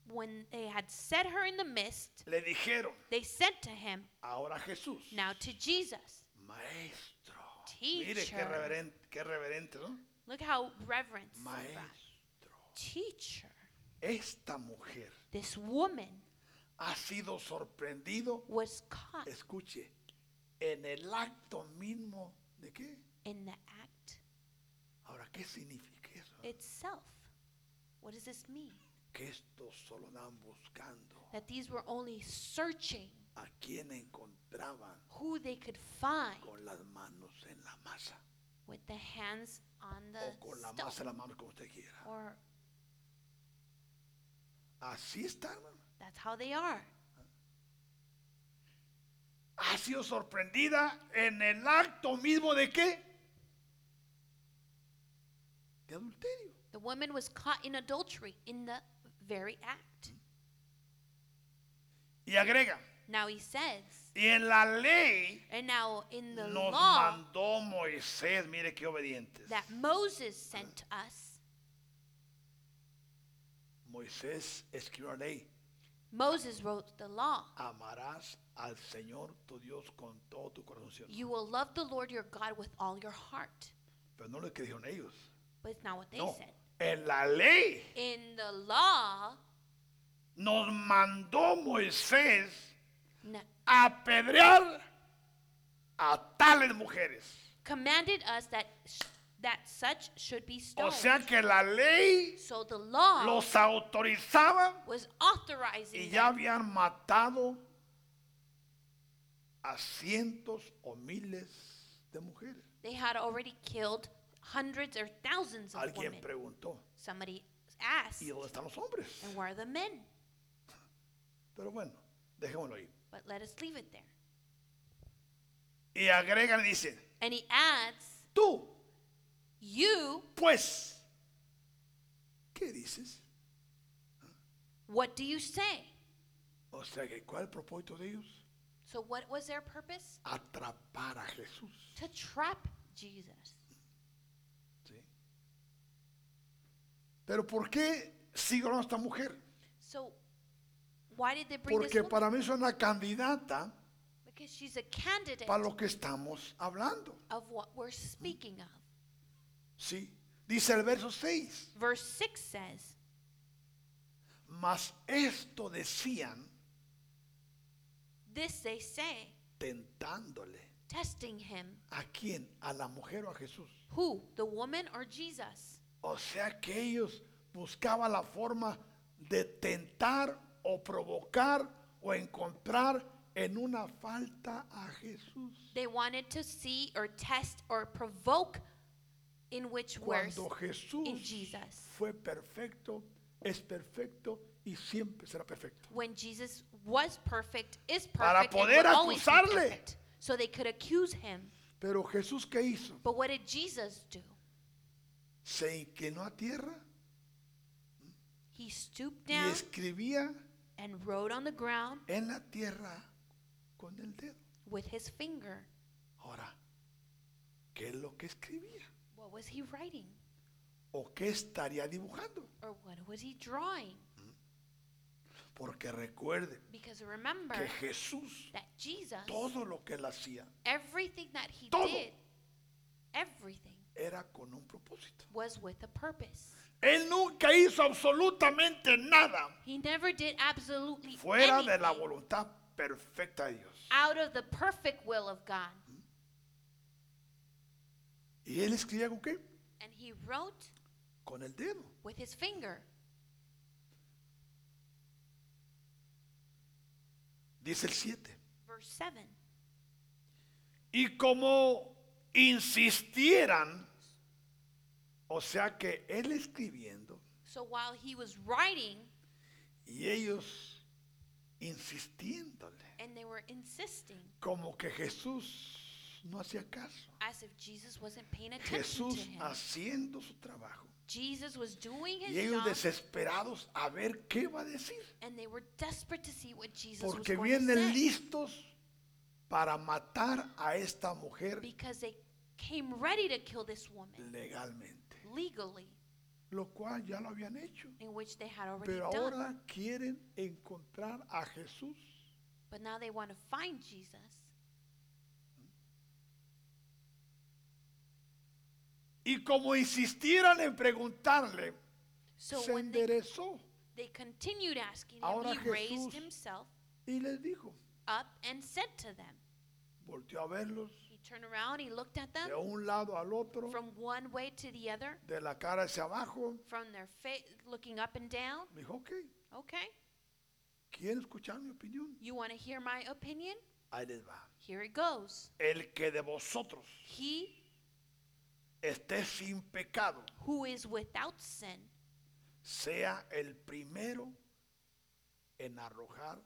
A: when they had set her in the midst,
B: le dijeron,
A: they said to him,
B: ahora Jesús,
A: Now to Jesus.
B: maestro. Mire qué
A: Teacher.
B: reverente, qué reverente, ¿no?
A: Look how reverence. is about.
B: Maestro.
A: Teacher,
B: Esta mujer
A: this woman
B: ha sido sorprendido,
A: was caught
B: escuche, en el acto mismo de qué?
A: in the act
B: Ahora, ¿qué significa eso?
A: itself. What does this mean?
B: Que estos solo andan buscando
A: That these were only searching
B: a quien encontraban
A: who they could find
B: con las manos en la masa
A: with the hands on
B: o
A: the
B: con la
A: stone.
B: masa en la mano, como usted quiera.
A: Or
B: Así está, hermano.
A: that's how they are.
B: ha sido sorprendida en el acto mismo de qué? De adulterio.
A: The woman was caught in adultery in the very act.
B: Y agrega,
A: Now he says,
B: y en la ley
A: And now in the
B: nos
A: law
B: mandó Moisés, mire qué obedientes.
A: that Moses sent to us,
B: Moisés escribió la ley,
A: Moses wrote the law.
B: amarás al Señor tu Dios con todo tu corazón. ¿cierto?
A: You will love the Lord your God with all your heart.
B: Pero no lo que dijeron ellos.
A: But it's not what they
B: No,
A: said.
B: en la ley
A: In the law,
B: nos mandó Moisés
A: n-
B: a apedrear a tales mujeres.
A: commanded us that sh- that such should be
B: O
A: stoned.
B: sea que la ley
A: so the law
B: los autorizaba
A: was
B: y
A: authorizing
B: ya
A: them.
B: habían matado a cientos o miles de mujeres.
A: They had already killed hundreds or thousands of
B: Alguien
A: women.
B: preguntó,
A: Somebody asked,
B: ¿y dónde están los hombres?
A: and where are the men?
B: Pero bueno, dejémoslo ahí.
A: But let us leave it there.
B: Y agregan y dicen,
A: And he adds,
B: tú,
A: you,
B: pues, ¿qué dices?
A: what do you say?
B: O sea que ¿cuál es el propósito de ellos?
A: So what was their purpose?
B: Atrapar a Jesús.
A: To trap Jesus.
B: ¿sí? Pero ¿por qué siguieron a esta mujer?
A: So why did they bring
B: Porque
A: this woman?
B: para mí es una candidata
A: Because she's a candidate
B: para lo que estamos hablando.
A: of what we're speaking of.
B: Sí. Dice el verso 6.
A: Verse 6 says,
B: Mas esto decían
A: This they say,
B: tentándole
A: testing him.
B: ¿A quién? ¿A la mujer o a Jesús?
A: Who? The woman or Jesus?
B: O sea que ellos buscaban la forma de tentar o provocar o encontrar en una falta a Jesús.
A: They wanted to see or test or provoke in which worse
B: Cuando
A: in
B: Jesús
A: Jesus.
B: fue perfecto, es perfecto y siempre será perfecto.
A: When Jesus was perfect, is perfect,
B: Para
A: and
B: poder
A: will always be
B: acusarle.
A: perfect. So they could accuse him.
B: Pero Jesús ¿qué hizo?
A: But what did Jesus do?
B: Se inclinó a tierra
A: He stooped
B: y
A: down
B: escribía
A: and wrote on the ground
B: en la tierra con el dedo.
A: with his finger.
B: Ahora, ¿qué es lo que escribía?
A: What was he writing?
B: ¿O qué estaría dibujando?
A: Or what was he drawing?
B: Porque recuerde
A: Because remember
B: que Jesús,
A: that Jesus,
B: todo lo que él hacía,
A: everything that he
B: Todo.
A: did, everything
B: era con un propósito.
A: was with a purpose.
B: Él nunca hizo absolutamente nada
A: He never did absolutely
B: fuera de
A: anything
B: la voluntad perfecta de Dios.
A: out of the perfect will of God.
B: ¿Y él escribía con qué?
A: And he wrote
B: Con el dedo.
A: with his finger.
B: Dice el 7.
A: Verse 7.
B: Y como insistieran, o sea que él escribiendo
A: So while he was writing
B: y ellos insistiéndole,
A: and they were insisting
B: como que Jesús no hacía caso.
A: as if Jesus wasn't paying attention to
B: Jesús
A: him.
B: haciendo su trabajo.
A: Jesus was doing
B: Y
A: his
B: ellos
A: job
B: desesperados a ver qué va a decir.
A: and they were desperate to see what Jesus was
B: Porque
A: going to
B: vienen
A: say.
B: listos para matar a esta mujer
A: because they came ready to kill this woman
B: legalmente.
A: legally,
B: Lo cual ya lo habían hecho.
A: in which they had already
B: Pero
A: done.
B: ahora quieren encontrar a Jesús.
A: But now they want to find Jesus.
B: Y como insistieran en preguntarle,
A: So
B: se
A: when they,
B: enderezó
A: they continued asking
B: Ahora
A: him, he raised
B: Jesús-
A: himself
B: y les dijo,
A: up and said to them,
B: volteó a verlos
A: he turned around, he looked at them
B: de un lado al otro,
A: from one way to the other,
B: de la cara hacia abajo.
A: from their face, looking up and down.
B: Me dijo, ok,
A: Okay,
B: ¿quieren escuchar mi opinión?
A: you want to hear my opinion?
B: Ahí les va.
A: Here it goes.
B: El que de vosotros
A: He
B: esté sin pecado,
A: who is without sin
B: sea el primero en arrojar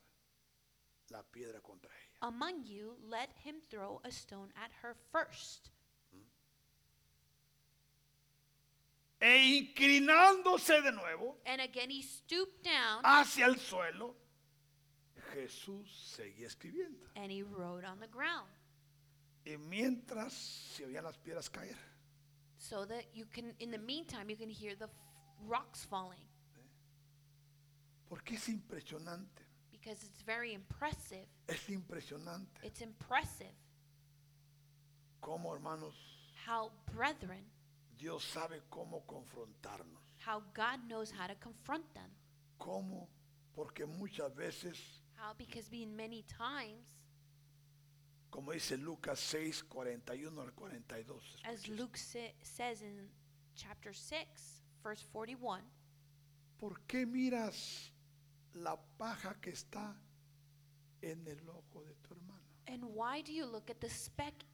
B: la piedra contra ella.
A: among you, let him throw a stone at her first.
B: E inclinándose de nuevo
A: And again he stooped down
B: hacia el suelo, Jesús seguía escribiendo.
A: and he wrote on the ground
B: Y mientras se oían las piedras caer,
A: so that you can in the meantime you can hear the f- rocks falling
B: porque es impresionante,
A: because it's very impressive.
B: es impresionante
A: It's impressive
B: cómo hermanos,
A: how brethren,
B: Dios sabe cómo confrontarnos.
A: how God knows how to confront them.
B: ¿Cómo? Porque muchas veces,
A: How because being many times
B: como dice Lucas 6, 41 al 42, escuche
A: as
B: esto.
A: Luke sa- says in chapter 6 verse 41,
B: ¿por qué miras la paja que está en el ojo de tu hermano?
A: and why do you look at the speck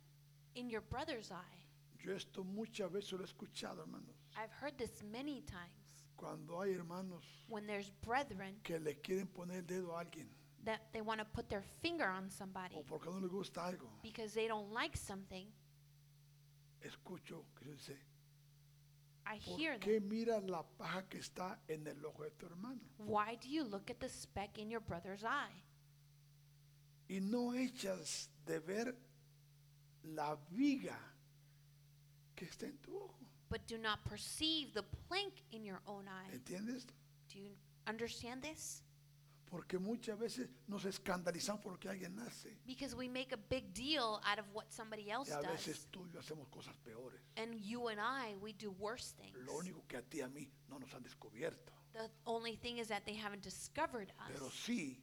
A: in your brother's eye?
B: Yo esto muchas veces lo he escuchado, hermanos,
A: I've heard this many times
B: cuando hay hermanos
A: when there's brethren
B: que le quieren poner el dedo a alguien
A: that they want to put their finger on somebody
B: o porque no le gusta algo.
A: because they don't like something.
B: Escucho que Dios dice,
A: I
B: ¿por
A: hear
B: qué
A: them.
B: miras la paja que está en el ojo de tu hermano?
A: Why do you look at the speck in your brother's eye
B: y no echas de ver la viga que está en tu ojo.
A: but do not perceive the plank in your own eye?
B: ¿Entiendes?
A: Do you understand this?
B: Porque muchas veces nos escandalizamos por lo que alguien hace.
A: Because we make a big deal out of what somebody else
B: Y a veces
A: does.
B: tú y yo hacemos cosas peores.
A: And you and I, we do worse things.
B: Lo único que a ti y a mí no nos han descubierto.
A: The only thing is that they haven't discovered
B: Pero
A: us.
B: sí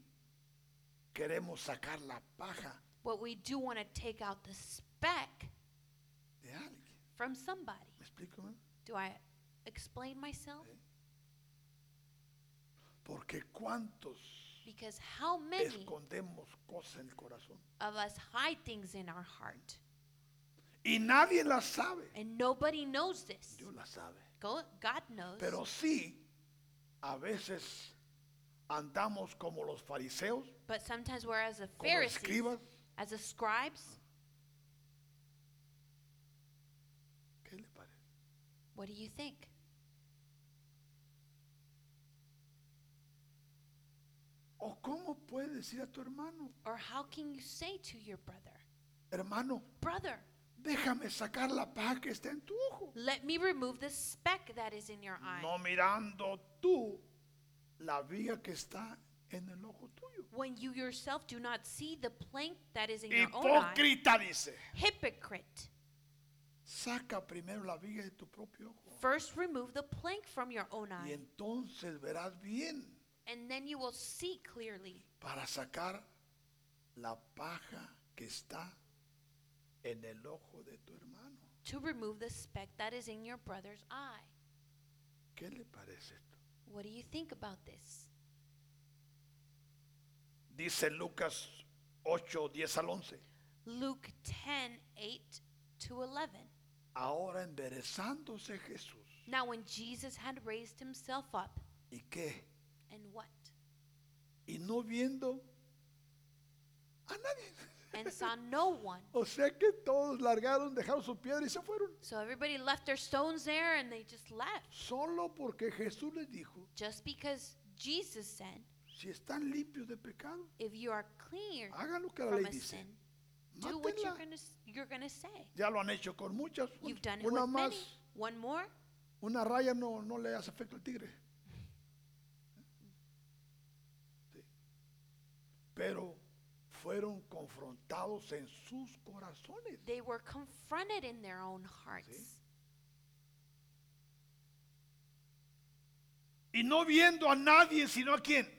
B: queremos sacar la paja
A: But we do want to take out the speck
B: de alguien.
A: from somebody.
B: ¿Me explico? hermano?
A: Do I explain myself?
B: Porque cuántos
A: Because how many
B: escondemos cosas en el corazón.
A: of us hide things in our heart?
B: Y nadie las sabe.
A: And nobody knows this.
B: Dios las sabe.
A: Go- God knows.
B: Pero sí, a veces andamos como los fariseos,
A: But sometimes we're as the
B: como los
A: Pharisees,
B: escribas,
A: as the scribes.
B: ¿Qué le parece?
A: What do you think?
B: ¿O cómo puedes decir a tu hermano,
A: Or how can you say to your brother,
B: hermano,
A: Brother,
B: déjame sacar la paja que está en tu ojo?
A: let me remove the speck that is in your eye?
B: No mirando tú la viga que está en el ojo tuyo.
A: When you yourself do not see the plank that is in your own eye.
B: Hipócrita dice,
A: Hypocrite.
B: saca primero la viga de tu propio ojo
A: First remove the plank from your own
B: y
A: eye,
B: entonces verás bien
A: and then you will see clearly
B: para sacar la paja que está en el ojo de tu hermano.
A: to remove the speck that is in your brother's eye.
B: ¿Qué le parece esto?
A: What do you think about this?
B: Dice Lucas 8, 10 al 11.
A: Luke 10 8 to 11.
B: Ahora enderezándose Jesús.
A: Now, when Jesus had raised himself up,
B: ¿Y qué?
A: and what?
B: Y no viendo a nadie. [laughs]
A: And saw no one.
B: O sea que todos largaron, dejaron su piedra y se fueron.
A: So everybody left their stones there and they just left.
B: Solo porque Jesús les dijo,
A: Just because Jesus said,
B: si están limpios de pecado,
A: if you are clear
B: hagan lo que la
A: from
B: ley
A: a sin,
B: dice.
A: do what you're
B: Mátenla.
A: going to you're gonna say.
B: Ya lo han hecho con muchas. un-
A: You've done it
B: Una
A: with many.
B: más,
A: One more.
B: una raya no, no le hace efecto al tigre. Sí. Pero fueron confrontados en sus corazones.
A: They were confronted in their own hearts.
B: Y no viendo a nadie, sino a quién.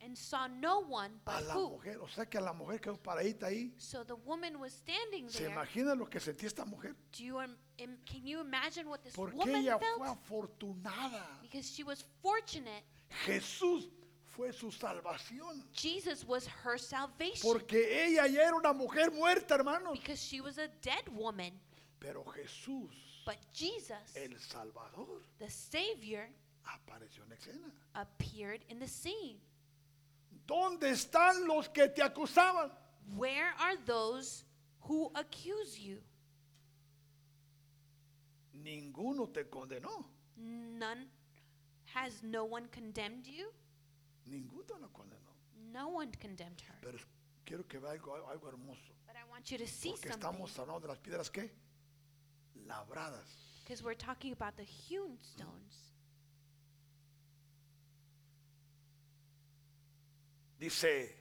A: and saw no one
B: A
A: but
B: la
A: who.
B: mujer. O sea que a la mujer quedó paradita ahí.
A: So the woman was standing
B: ¿Se
A: there.
B: imagina lo que sentía esta mujer?
A: Do you im- im- can you imagine what this
B: Porque
A: woman
B: ella
A: felt?
B: fue afortunada.
A: Because she was fortunate.
B: Jesús fue su salvación.
A: Jesus was her salvation.
B: Porque ella ya era una mujer muerta, hermanos.
A: because she was a dead woman.
B: Pero Jesús,
A: But Jesus,
B: el Salvador,
A: the Savior,
B: apareció en escena.
A: appeared in the scene.
B: ¿Dónde están los que te acusaban?
A: Where are those who accuse you?
B: Ninguno te condenó.
A: None. Has no one condemned you?
B: Ninguno lo condenó.
A: No one condemned her.
B: Pero es- quiero que vea algo, algo hermoso.
A: But I want you to see
B: Porque
A: something.
B: estamos hablando de las piedras que labradas.
A: Because we're talking about the hewn stones.
B: Dice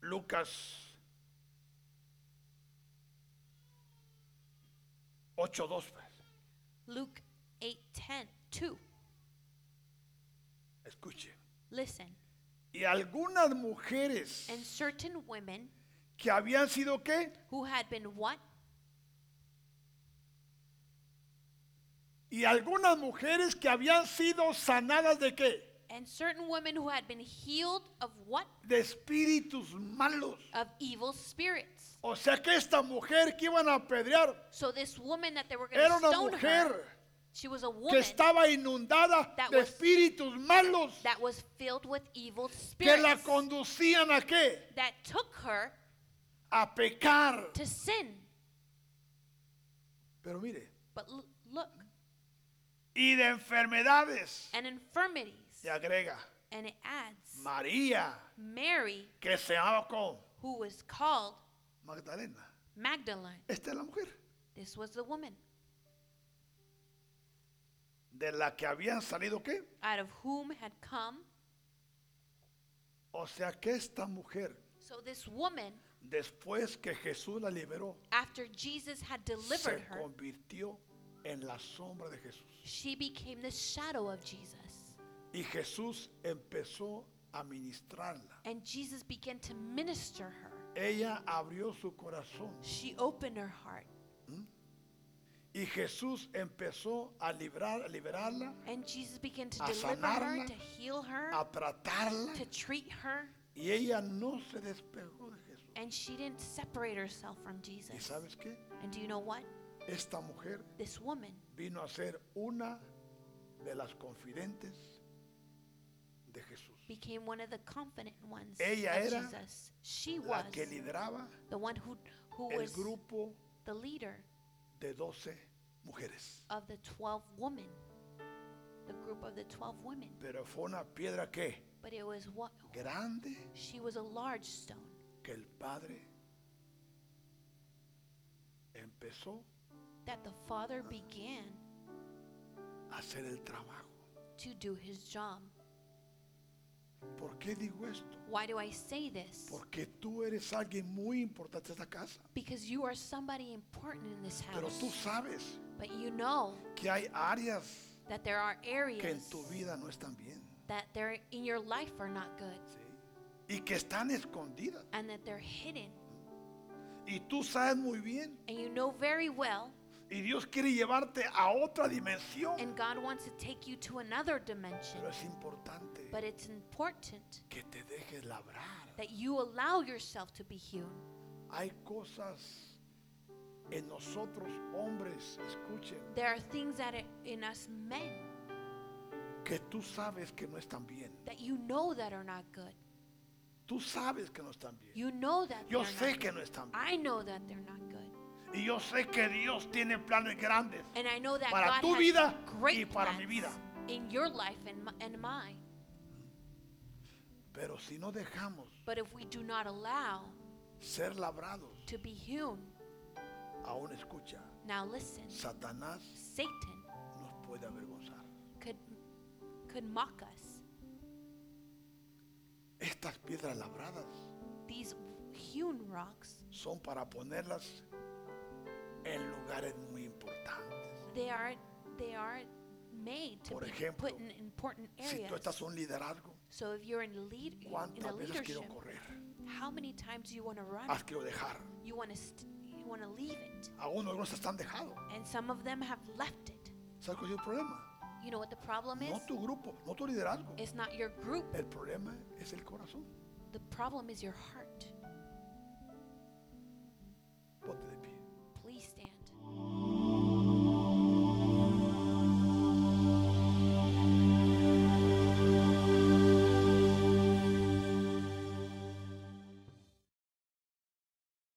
B: Lucas 8:2. pues.
A: Luke 8:10. 2.
B: Escuche.
A: Listen.
B: Y algunas mujeres
A: And certain women
B: que habían sido qué?
A: who had been what?
B: Y algunas mujeres que habían sido sanadas de qué?
A: And certain women who had been healed of what?
B: De espíritus malos.
A: Of evil spirits.
B: O sea que esta mujer que iban a apedrear
A: So this woman that they were going
B: era
A: to
B: una
A: stone her,
B: mujer
A: she was a
B: que
A: woman
B: estaba inundada
A: that
B: de
A: was-
B: espíritus malos
A: that was filled with evil
B: que la
A: spirits
B: conducían a qué?
A: that took her
B: a pecar.
A: to sin.
B: Pero mire,
A: But l- look,
B: y de enfermedades.
A: and infirmities.
B: Se agrega
A: And it adds
B: María,
A: Mary,
B: que se llamaba con
A: who was called
B: Magdalena.
A: Magdalene.
B: Esta es la mujer
A: This was the woman
B: de la que habían salido qué?
A: out of whom had come.
B: O sea que esta mujer,
A: So this woman,
B: después que Jesús la liberó,
A: after Jesus had delivered
B: se
A: her,
B: convirtió en la sombra de Jesús.
A: she became the shadow of Jesus.
B: Y Jesús empezó a ministrarla.
A: and Jesus began to minister her.
B: Ella abrió su corazón
A: She opened her heart,
B: y Jesús empezó a, librar, a liberarla,
A: and Jesus began to
B: A
A: deliver her,
B: sanarla,
A: to heal her,
B: a tratarla,
A: to treat her,
B: y ella no se despegó de Jesús.
A: and she didn't separate herself from
B: ¿Y
A: Jesus.
B: sabes qué?
A: And do you know what?
B: Esta mujer
A: This woman
B: vino a ser una de las confidentes de Jesús.
A: became one of the confident ones
B: Ella
A: of
B: era
A: Jesus. She was
B: La que lideraba
A: the one who, who
B: el
A: was
B: grupo
A: the leader
B: de 12 mujeres.
A: of the 12 women, the group of the 12 women.
B: Pero fue una piedra que
A: But it was what?
B: grande
A: She was a large stone
B: que el Padre empezó
A: that the Father began
B: a hacer el trabajo.
A: to do his job.
B: ¿Por qué digo esto?
A: Why do I say this?
B: Porque tú eres alguien muy importante en esta casa.
A: Because you are somebody important in this
B: Pero tú
A: house.
B: sabes
A: But you know
B: que hay áreas
A: that there are
B: que en
A: areas
B: tu vida no están bien.
A: that there in your life are not good
B: ¿sí? Y que están escondidas.
A: and that they're hidden.
B: Y tú sabes muy bien.
A: And you know very well,
B: Y Dios quiere llevarte a otra dimensión.
A: and God wants to take you to another dimension.
B: Pero es importante
A: But it's important
B: que te dejes labrar.
A: that you allow yourself to be healed.
B: Hay cosas en nosotros hombres, escuchen,
A: There are things that are in us men
B: que tú sabes que no están bien.
A: that you know that are not good.
B: Tú sabes que no están bien.
A: You know that
B: Yo
A: they're
B: sé
A: not
B: que
A: good.
B: no están bien.
A: I know that they're not good.
B: Y yo sé que Dios tiene planes grandes.
A: And I know that
B: Para
A: God
B: tu
A: has
B: vida
A: great
B: y para mi
A: plans
B: vida.
A: in your life and, mi- and mine.
B: Pero si no dejamos
A: But if we do not allow
B: ser labrados,
A: to be hewn,
B: aún escucha,
A: now listen,
B: Satanás
A: Satan
B: nos puede avergonzar.
A: could could mock us.
B: Estas piedras labradas
A: These hewn rocks,
B: son para ponerlas en lugares muy importantes.
A: they are they are made to
B: Por
A: be
B: ejemplo,
A: put in important
B: Si
A: areas.
B: tú estás en un liderazgo,
A: so if you're in lead in a
B: ¿cuántas veces
A: leadership, Ah.
B: quiero Ah. correr?
A: how many times do you want to run?
B: Has quiero dejar.
A: You want to st- you want to leave it.
B: Algunos de nosotros están dejados.
A: And some of them have left it.
B: ¿Sabes cuál es el problema?
A: You know what the problem is?
B: No tu grupo, no tu liderazgo.
A: It's not your group.
B: El problema es el corazón.
A: The problem is your heart.